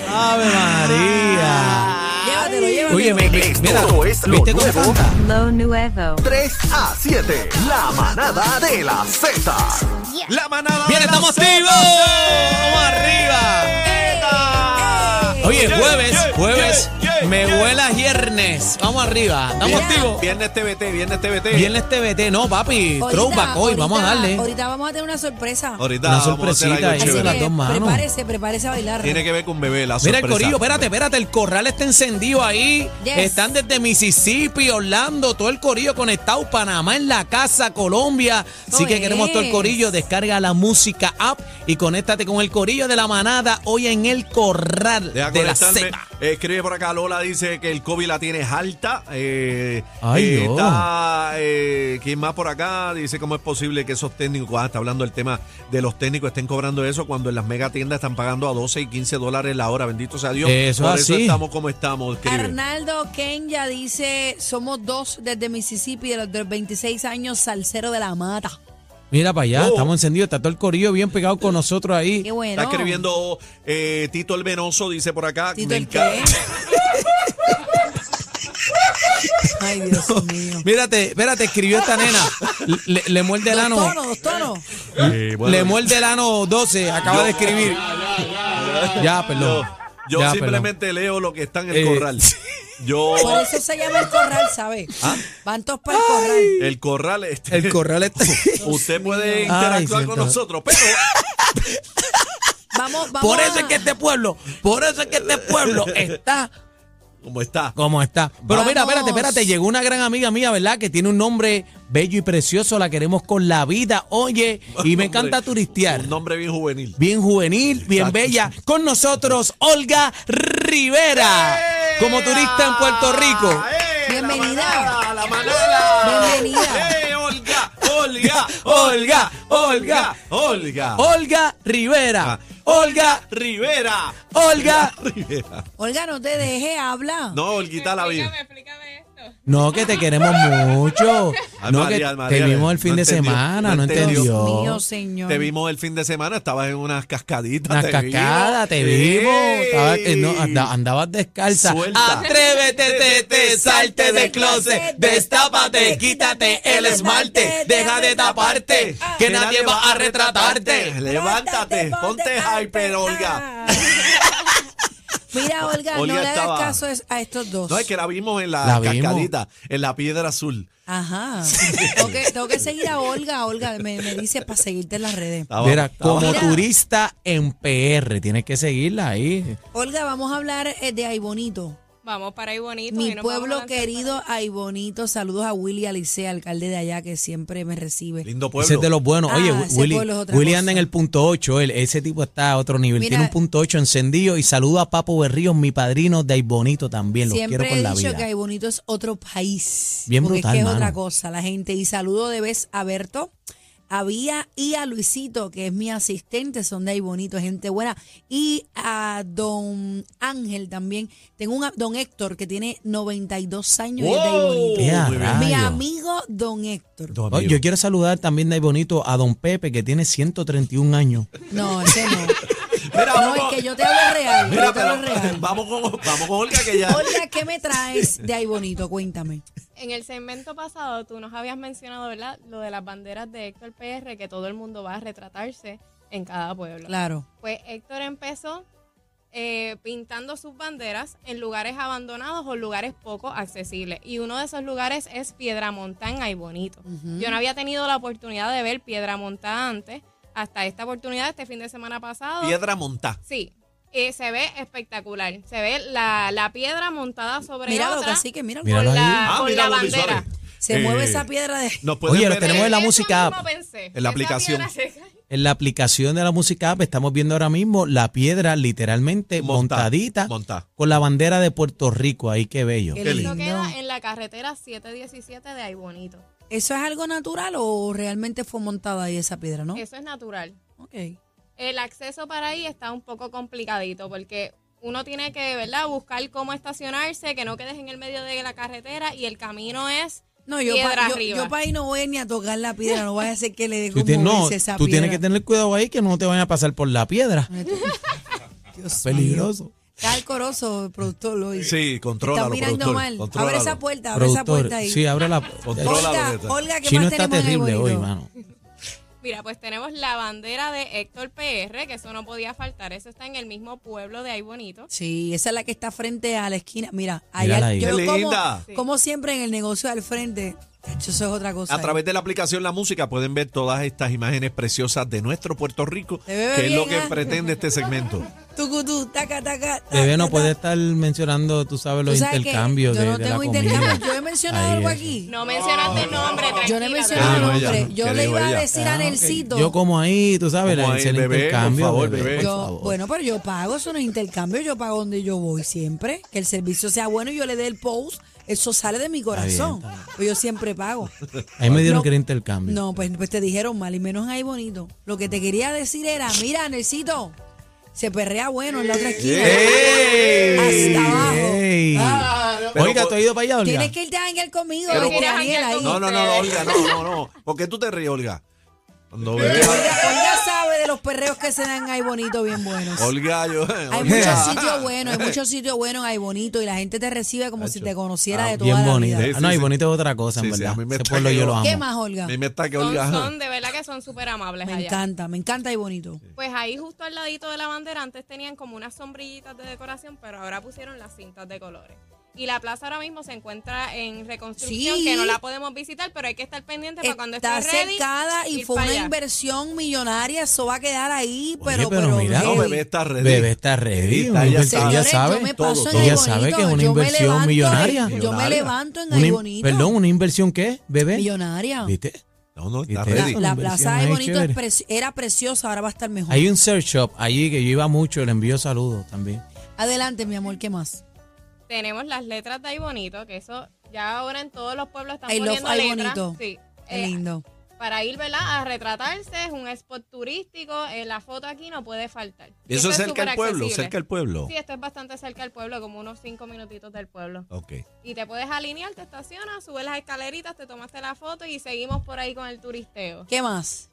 Ave María. Ah. Llévatelo, llévatelo. Oye, me, me- mira, Esto es lo ¿viste cómo nuevo. canta? Lo nuevo. 3 a 7, la manada de la Z. La manada. Bien, de la estamos Z. activos. Vamos arriba. Oye, Yeah, jueves, yeah, jueves, yeah, yeah, me yeah. vuela viernes. Vamos arriba, estamos activos. Viernes TBT, viernes TBT. Viernes TVT, no, papi, Ahorita, throwback hoy, ahorita, vamos a darle. Ahorita vamos a tener una sorpresa. Ahorita Una vamos a hacer sorpresita algo ahí. chévere, Así que chévere. las dos manos. prepárese, prepárese a bailar. Tiene que ver con bebé, la Mira el sorpresa. corillo, espérate, espérate, el corral está encendido ahí. Yes. Están desde Mississippi, Orlando, todo el corillo conectado, Panamá en la casa, Colombia. Así Eso que queremos todo el es. corillo, descarga la música app y conéctate con el corillo de la manada hoy en el corral Deja de la conectarme. Z. Escribe por acá, Lola dice que el COVID la tienes alta. Eh, Ay, eh, Dios. está, eh, ¿Quién más por acá? Dice cómo es posible que esos técnicos, ah, está hablando del tema de los técnicos, estén cobrando eso cuando en las mega tiendas están pagando a 12 y 15 dólares la hora. Bendito sea Dios. Eso por es eso así. estamos como estamos. Escribe. Arnaldo Kenya dice, somos dos desde Mississippi, de los de los 26 años, salsero de la mata. Mira para allá, Oh. estamos encendidos, está todo el corillo bien pegado con nosotros Qué ahí. bueno. Está escribiendo eh, Tito el Venoso, dice por acá. Tito, me ¿el encanta. qué? Ay, Dios mío. Mírate, espérate, escribió esta nena. Le, le muerde el Dos ano. tonos, dos tonos. Eh, bueno, le muerde el ano 12, acaba de escribir. Ya, Yo, perdón. yo Ya, perdón. simplemente leo lo que está en el Eh, corral. Yo, Por eso se llama el corral, ¿sabes? Ah. Van todos para el corral. el corral, este, El corral está. usted puede mío. Ay, interactuar con siento. nosotros, pero Vamos, vamos. Por eso es a- que este pueblo, por eso es que este pueblo está como está. como está. Pero mira, Vamos. espérate, espérate, llegó una gran amiga mía, ¿verdad? Que tiene un nombre bello y precioso, la queremos con la vida, oye, y me Un hombre- encanta turistear. Un nombre bien juvenil. Bien juvenil, bien Exacto. bella. Con nosotros, Olga Ah. Rivera, como turista en Puerto Rico. Ah, Bienvenida. eh, La manada. Bienvenida. Eh, Olga, Olga, Olga, Olga, Olga. Oh. Olga Ah. Rivera, Olga, Rivera. Olga. Rivera. Olga, no te dejes, habla. No, Olguita la vida. Explícame, explícame esto. No, que te queremos mucho. Ay, No, Ah, María, que María, te vimos el no fin de entendió, semana, no no entendió. entendió. Dios mío, señor. Te vimos el fin de semana, estabas en unas cascaditas. Unas te cascadas, vimos. te vimos. Estaba- eh, no, ¡Ey! anda- andabas descalza. Suelta. Atrévete, te, te, salte del closet. Destápate, quítate el esmalte. Deja de taparte, que nadie va a retratarte. Levántate, ponte hyper, Olga. Mira, Olga, Olga no le estaba- hagas caso es- a estos dos. No, es que la vimos en la, La vimos. cascadita, en la piedra azul. Ajá. tengo, que, tengo que seguir a Olga. Olga me, me dice para seguirte en las redes. Estaba- Mira, estaba- como Mira. turista en PR, tienes que seguirla ahí. Olga, vamos a hablar eh, de Ay Bonito. Vamos para ahí bonito. y Mi nos vamos a pueblo lanzar querido Ay Bonito. Saludos a Willy Alice, alcalde de allá, que siempre me recibe. Lindo Ese pueblo. es de los buenos. Oye, Ah, ese Willy, pueblo es otra Willy cosa. anda en el punto 8. Él, ese tipo está a otro nivel. Mira. Tiene un punto 8 encendido. Y saludo a Papo Berríos, mi padrino de Ay Bonito también. Los Siempre quiero con he la dicho vida. que Ay Bonito es otro país. Bien porque brutal, es que es mano. otra cosa, la gente. Y saludo de vez a Berto, a Vía y a Luisito, que es mi asistente, son de Ay Bonito, gente buena. Y a Don Ángel también. Tengo un a- Don Héctor que tiene 92 años y es de Ay Qué Bonito. Muy bien. Mi rayos. amigo Don Héctor. Dos Oh, amigos. Yo quiero saludar también de Ay Bonito a Don Pepe, que tiene 131 años. No, ese no. Mira, No, vamos, es que yo te hablo real. mira, yo te hablo pero- real. vamos, con, vamos con Olga que ya. Olga, ¿qué me traes de Ay Bonito? Cuéntame. En el segmento pasado tú nos habías mencionado, ¿verdad? Lo de las banderas de Héctor PR, que todo el mundo va a retratarse en cada pueblo. Claro. Pues Héctor empezó eh, pintando sus banderas en lugares abandonados o lugares poco accesibles. Y uno de esos lugares es Piedramontán, ahí bonito. Yo no había tenido la oportunidad de ver Piedramontán antes, hasta esta oportunidad, este fin de semana pasado. Piedra Montá. Sí, eh, se ve espectacular. Se ve la, la piedra montada sobre Míralo, otra así que míralo. Míralo con ahí. la, Ah, con mira, la Bobby, suave. bandera. Se Eh, mueve esa piedra de. Nos pueden Oye, lo ver- tenemos en la música mismo app. pensé. En la Esa aplicación. piedra se cae. En la aplicación de la música app estamos viendo ahora mismo la piedra literalmente Monta, montadita monta. con la bandera de Puerto Rico. Ahí qué bello. Qué Qué Eso lindo. queda en la carretera 717 de Ay Bonito. ¿Eso es algo natural o realmente fue montada ahí esa piedra, no? Eso es natural. Ok. El acceso para ahí está un poco complicadito porque uno tiene que, ¿verdad?, buscar cómo estacionarse, que no quedes en el medio de la carretera y el camino es No, yo piedra para arriba. ahí no voy ni a tocar la piedra, no voy a hacer que le dé Tú, como tienes- no, esa tú tienes que piedra. tener cuidado ahí que no te vayan a pasar por la piedra. Dios mío. Peligroso. Está alcoroso, productor, lo dice. Sí, controla. Está mirando mal. Abre esa puerta, abre Productor, esa puerta ahí. sí, abre la. Controla. la Olga, boleta. Olga, ¿qué Chino más está tenemos en el terrible hoy, bonito? mano. Mira, pues tenemos la bandera de Héctor PR, que eso no podía faltar. Eso está en el mismo pueblo de Ay Bonito. Sí, esa es la que está frente a la esquina. Mira, ahí Mírala al- ahí. yo Qué como, linda. como siempre en el negocio al frente. Eso es otra cosa. A ¿eh? través de la aplicación La Música pueden ver todas estas imágenes preciosas de nuestro Puerto Rico, Te bebe que es lo bien, que ¿ah? pretende este segmento. Tucutú, taca, taca, taca, Bebé no taca. puede estar mencionando, tú sabes, los Tú sabes que intercambios Yo de, no de tengo la intercambio. comida. Yo he mencionado Ahí algo es. aquí. No mencionaste el nombre, tranquila. Yo no he Ah, mencionado no, el ella. nombre. Yo ¿Qué le digo iba a ella? decir a Ah, ok. Nelsito. Yo como ahí, tú sabes, Como la- ahí, es el bebé, por intercambio. favor, bebé. por Yo- favor. bueno, pero yo pago, eso no es intercambio, yo pago donde yo voy siempre, que el servicio sea bueno y yo le dé el post, eso sale de mi bien, corazón, está bien. pues yo siempre pago. Ahí me dieron No. que era intercambio. No, pues, pues te dijeron mal y menos ahí bonito. Lo que te quería decir era, mira, Nelsito, se perrea bueno en la otra esquina. ¡Ey! Hasta abajo. Ah, Ey. Pero Oiga, po- ¿tú has ido para allá, Olga? Tienes que irte a janguear conmigo, Pero vete po- a Daniel ahí. No, no, no, Olga, no, no, no. ¿Por qué tú te ríes, Olga? Cuando bebé. Olga, Olga sabe de los perreos que se dan ahí bonito, bien buenos. Olga, yo. Hay muchos sitios buenos, hay muchos sitios buenos, hay bonito y la gente te recibe como si te conociera de toda Bien la bonito. vida. Sí, Ah, no, sí, y sí. bonito es otra cosa, Sí, en sí, verdad. a mí me Ese está pueblo que yo lo yo- amo. ¿Qué más, Olga? Me está que Son, Olga. son, de verdad que son súper amables Me allá. encanta, me encanta y bonito. Pues ahí justo al ladito de la bandera antes tenían como unas sombrillitas de decoración, pero ahora pusieron las cintas de colores. Y la plaza ahora mismo se encuentra en reconstrucción, Sí. que no la podemos visitar, pero hay que estar pendiente para cuando esté Está ready. cercada y ir fue pa' una allá. inversión millonaria, eso va a quedar ahí, Oye, pero, pero, mira, No, heavy. bebé está ready. Bebé está ready. Está, ella Ella, está- ella Señores, sabe. yo me todo, paso todo. en Ella Ay sabe Bonito, que es una yo me inversión levanto- millonaria. Yo me Millonaria. levanto en Una Ay in- Bonito. Perdón, ¿una inversión qué, bebé? Millonaria. ¿Viste? No, no, Y está te- La, ready. Una la inversión plaza de ahí Bonito es chévere. preci- era preciosa, ahora va a estar mejor. Hay un surf shop allí que yo iba mucho, le envío saludos también. Adelante, mi amor, ¿qué más? Tenemos las letras de ahí bonito, que eso ya ahora en todos los pueblos están I love poniendo Ay letras. Bonito. Sí. Qué Eh, lindo. para ir, ¿verdad? A retratarse, es un spot turístico, eh, la foto aquí no puede faltar. Y Eso es esto cerca al pueblo, superaccesible. cerca al pueblo. Sí, esto es bastante cerca al pueblo, como unos cinco minutitos del pueblo. Ok. y te puedes alinear, te estacionas, subes las escaleritas, te tomaste la foto y seguimos por ahí con el turisteo. ¿Qué más?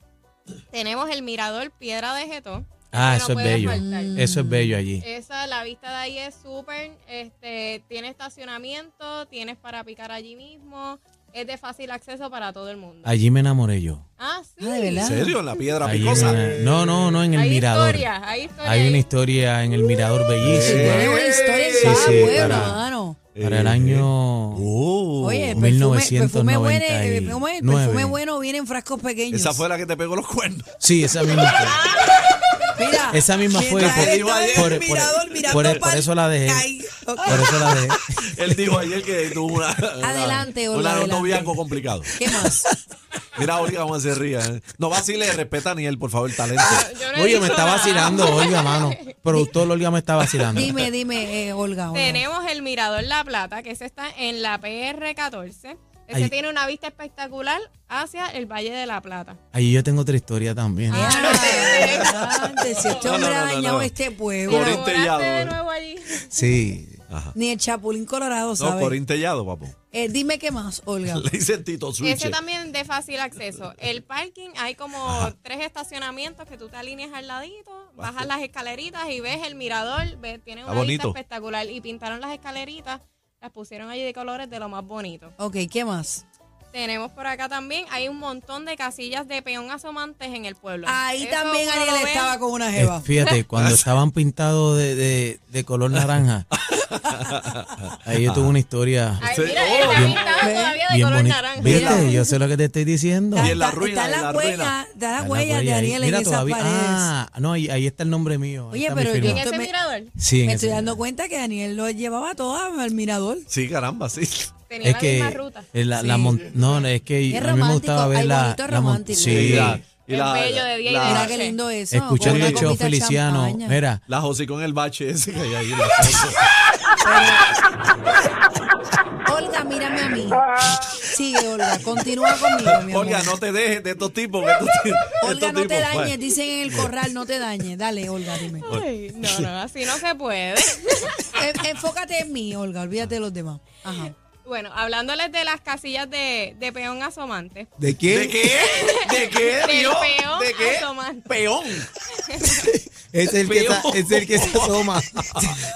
Tenemos el mirador Piedra de Getón. Ah, que eso no es puede bello. faltar. Eso es bello allí. Esa, la vista de ahí es súper, este, tiene estacionamiento, tienes para picar allí mismo, es de fácil acceso para todo el mundo. Allí me enamoré yo. Ah, sí. Ah, de verdad. ¿En serio? ¿En la piedra Allí picosa? me- No, no, no, en el hay mirador. historias, hay historias. Hay una ahí. historia en el mirador Se bellísima. tiene una historia en Sí, cada sí, pueblo, para- mano. Para el año... Oh. Oye, el perfume, perfume, bueno, eh, 1999. ¿cómo es? El perfume bueno viene en frascos pequeños. Esa fue la que te pegó los cuernos. Sí, esa misma fue. Mira, Esa misma fue. mientras por- él estaba en el por- por- mirador por- mirando por- por pal- eso la dejé. Ay, ok. Por eso la dejé. Él dijo ayer que tuvo una. Adelante, una- Olga, una- Un adelante. noviazgo complicado. ¿Qué más? Mira, Olga, cómo se ríe. ¿eh? No vacile, respeta a Niel, por favor, talento. Yo no he Oye, dicho me está nada. vacilando, Olga, mano. Productor Olga me está vacilando. Dime, dime, eh, Olga. Olga. Tenemos el Mirador La Plata, que ese está en la PR14. Ese Ahí. tiene una vista espectacular hacia el Valle de la Plata. Ahí yo tengo otra historia también. Ah, adelante, si este No, no, hombre no, ha no, dañado no. este pueblo, Corín ¿Enamoraste Tellado. de nuevo allí? Sí. Ajá. ni el Chapulín Colorado No, sabe. corintellado, papo. Eh, dime qué más, Olga. Le hice el Tito Switch. Ese también de fácil acceso. El parking, hay como tres estacionamientos que tú te alineas al ladito, bajas las escaleritas y ves el mirador, ves, tiene Está una vista bonito. espectacular y pintaron las escaleritas, las pusieron allí de colores de lo más bonito. Ok, ¿qué más? Tenemos por acá también, hay un montón de casillas de peón asomantes en el pueblo. Ahí Eso también uno Ariel lo ve- estaba con una Eh, jeva. Fíjate, cuando estaban pintados de, de- de color naranja, ahí yo tuve una historia Ay, Sí. mira, él está Oh, Bien- bien pintado todavía de bien color bonita. naranja. ¿Viste? Yo sé lo que te estoy diciendo. Y Está, en la está- ruina, está en la la huella, ruina. está la Está la huella de huella ahí. Ariel en Mira, esas todavía- paredes. Ah, no, ahí, ahí está el nombre mío. ahí Oye, está mi pero yo- firma. En ese Me- mirador Sí, en Me ese- estoy dando cuenta que Daniel lo llevaba todo al mirador. Sí, caramba, sí. tenía Es la que misma ruta. eh, la, la mon- no, no, es que Es a mí me gustaba romántico, ver hay la, bonito la mon- romántico. sí. Y la, y Es la, bello de día y de la, Mira noche. qué lindo eso. con escuchando una el show copita de Feliciano, champaña. mira, la hocicó en el bache ese que hay ahí. en la foto. Olga, mírame a mí. Sigue, Olga. Continúa conmigo, mi amor. Olga, no te dejes de estos tipos. que estos ti- Olga, estos no te tipos, pues. dañes. bueno. Dicen en el corral, no te dañes. Dale, Olga, dime. Ay, no, no, así no se puede. En- enfócate en mí, Olga. Olvídate de los demás. Ajá. Bueno, hablándoles de las casillas de, de peón asomante. ¿de quién? ¿De qué? ¿De qué? Del Dios? peón ¿De qué? asomante. Peón. Es el que, Pío. se- es el que se asoma.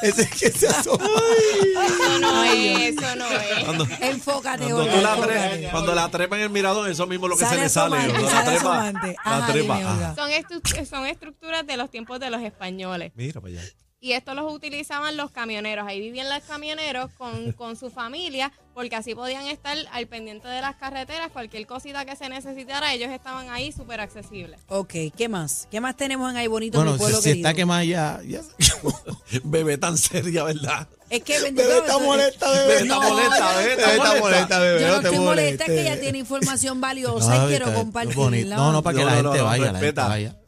Es el que se asoma. Eso no es, eso no es. Cuando, Enfócate, cuando, Jorge, tú la enfócate. tre- cuando la trepa en el mirador, eso mismo es lo que se Sale le sale. asomante, cuando sale la trepa. asomante. La Ajá, trepa. dime, ajá. Olga. Son, estru- son estructuras de los tiempos de los españoles. Mira para allá. Y esto los utilizaban los camioneros. Ahí vivían los camioneros con, con su familia, porque así podían estar al pendiente de las carreteras. Cualquier cosita que se necesitara, ellos estaban ahí súper accesibles. Ok, ¿qué más? ¿Qué más tenemos en Ay Bonito, Bueno, mi si, pueblo si querido? está quemada ya. ya. Bebé tan seria, ¿verdad? es que bendito. Bebé está estoy- molesta, bebé. Bebé está No, molesta, yo- bebé Bebé está está molesta. molesta, bebé. Yo no te estoy molesta, es que molestes. ella tiene información valiosa No, y quiero está- está bonito. compartirla. No, no, para que No, la no, gente no, vaya, la gente respeta. vaya. De-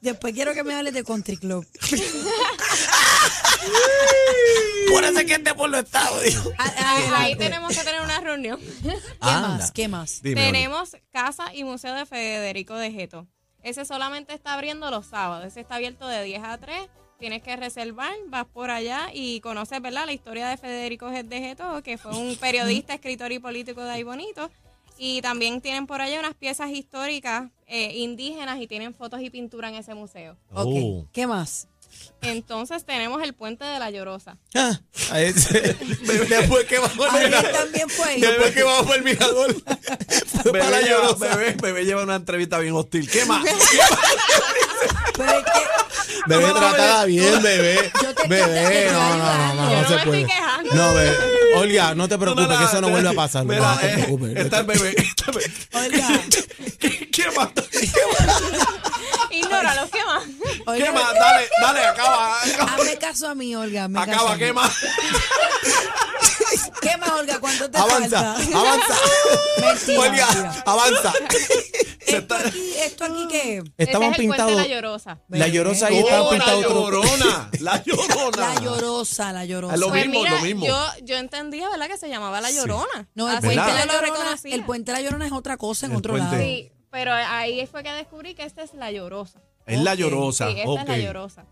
Después quiero que me hables de Country Club. Por eso es que este pueblo está, dijo. Ah, A- Ahí adelante. tenemos que tener una reunión. ¿Qué Anda. más? ¿Qué más? Dime, Oli. Tenemos casa y museo de Federico de Geto. Ese solamente está abriendo los sábados. Ese está abierto de 10 a 3. Tienes que reservar, vas por allá y conoces, ¿verdad? La historia de Federico de Geto, que fue un periodista, escritor y político de ahí bonito. Y también tienen por allá unas piezas históricas eh, indígenas y tienen fotos y pintura en ese museo. Oh. Ok, ¿qué más? Entonces tenemos el puente de la Llorosa. Ah, ahí se- Después que vamos Ariel también fue. Después que vamos por el mirador. Fue Bebé, para la lleva, llorosa. bebé, bebé lleva una entrevista bien hostil. ¿Qué más? Pero es que Bebé, No, tratala bien, bebé. Yo te- yo te Bebé, estoy no, no, no, ayudando. no, Yo no no se me puede. estoy quejando. No, bebé. Olga, no te preocupes, No, no, que eso no vuelve a espérate. pasar. No, Mira, no te eh, preocupes. Está el bebé. Está el bebé. Olga, ¿Qué, qué más? Ignora los que más. ¿Qué Olga, más? Dale, dale, acaba. Ah, Acaba, hazme caso a mí, Olga. hazme caso a acaba mí. ¿qué más? ¿Qué más, Olga? ¿Cuánto te Avanza, falta? avanza. Mentira, Olga, mentira. avanza. ¿Esto aquí, esto aquí qué? Estaban Ese es el pintados. puente de la Llorosa. La llorosa ahí Oh, estaba la pintado otro. llorona. La llorona. La llorosa, la llorosa. Es Ah. lo Pues mismo, mira, lo mismo. Yo, yo entendía, ¿verdad? Que se llamaba La Llorona. No, el Así puente, que de la ¿Verdad? yo lo llorona, reconocía. el puente de la llorona es otra cosa en El otro puente. lado. Sí, pero ahí fue que descubrí que esta es La Llorosa. Es la Ok, llorosa. sí, esta ok. es La Llorosa.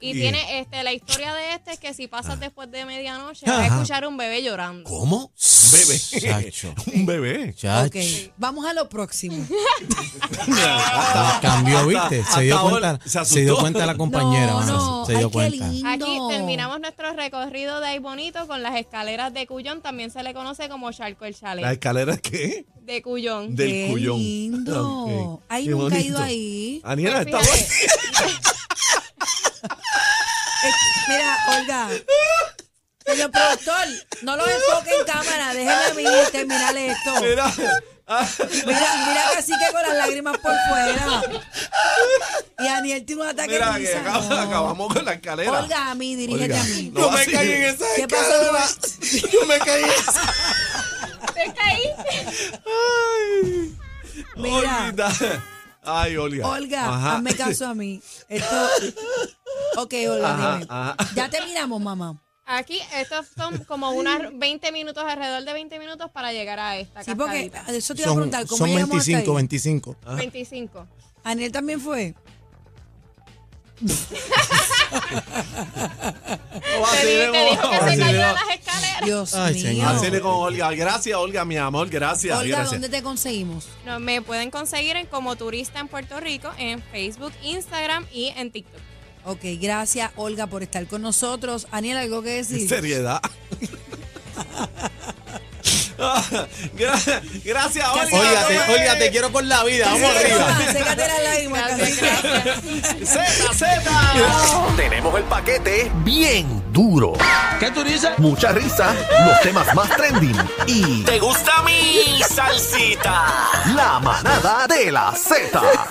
Y Ok. tiene este, la historia de este es que si pasas Ah. después de medianoche Ajá. vas a escuchar a un bebé llorando. ¿Cómo? Un bebé. Chacho. Un bebé. Ok, Chacho. vamos a lo próximo. Ah, Cambió, ¿viste? hasta Se dio ahora cuenta, se asustó. se dio cuenta la compañera, no, mano, no, se dio ay, cuenta. Qué lindo. Aquí terminamos nuestro recorrido de ahí bonito con las escaleras de Cuyón, también se le conoce como Charco el ¿La Chalet escalera qué? de Cuyón. del Qué cuyón. lindo. Ok. Ay, Qué nunca he ido bonito. ahí. Aniela, está Pues Fíjate, bueno. Eh, mira, Olga. Señor productor, no lo enfoque en cámara. Déjeme a mí terminar esto. Mira, Mira, ah, mira que así que con las lágrimas por fuera. Y Daniel tiene un ataque mira, de que risa. acaba- No. acabamos con la escalera. Olga, a mí, dirígete Olga, a mí. no así. esa ¿Qué pasó, escalera. Yo me caí en esa. ¿Te caíste? Ay, Mira. Olga. Ay, Olga. Olga, Ajá. hazme caso a mí. Esto. Ok, Olga, Ajá, dime. ajá. Ya terminamos, mamá. Aquí, estos son como unas 20 minutos, alrededor de 20 minutos para llegar a esta Sí, porque cascadita. eso te iba a Son, preguntar. ¿Cómo son llegamos 25, hasta ahí? 25. 25. Aniel también fue. No, así Te, le di- te dijo vamos, que así se le cayó a vamos. las escaleras. Dios Ay, mío. señor. Así le con Olga. Gracias, Olga, mi amor. Gracias. Olga, gracias. ¿dónde te conseguimos? No, me pueden conseguir en como turista en Puerto Rico en Facebook, Instagram y en TikTok. Ok, gracias Olga por estar con nosotros. Aniel, ¿algo que decir? Seriedad. Gra- gracias, Olga. Oiga, te, oiga, te quiero con la vida, vamos Sí, arriba. mamá, sécate las lágrimas, Gracias, cacique. gracias. Z, Z. Tenemos el paquete bien duro. ¿Qué tú dices? Mucha risa, los temas más trending y ¿Te gusta mi salsita? la manada de la Z.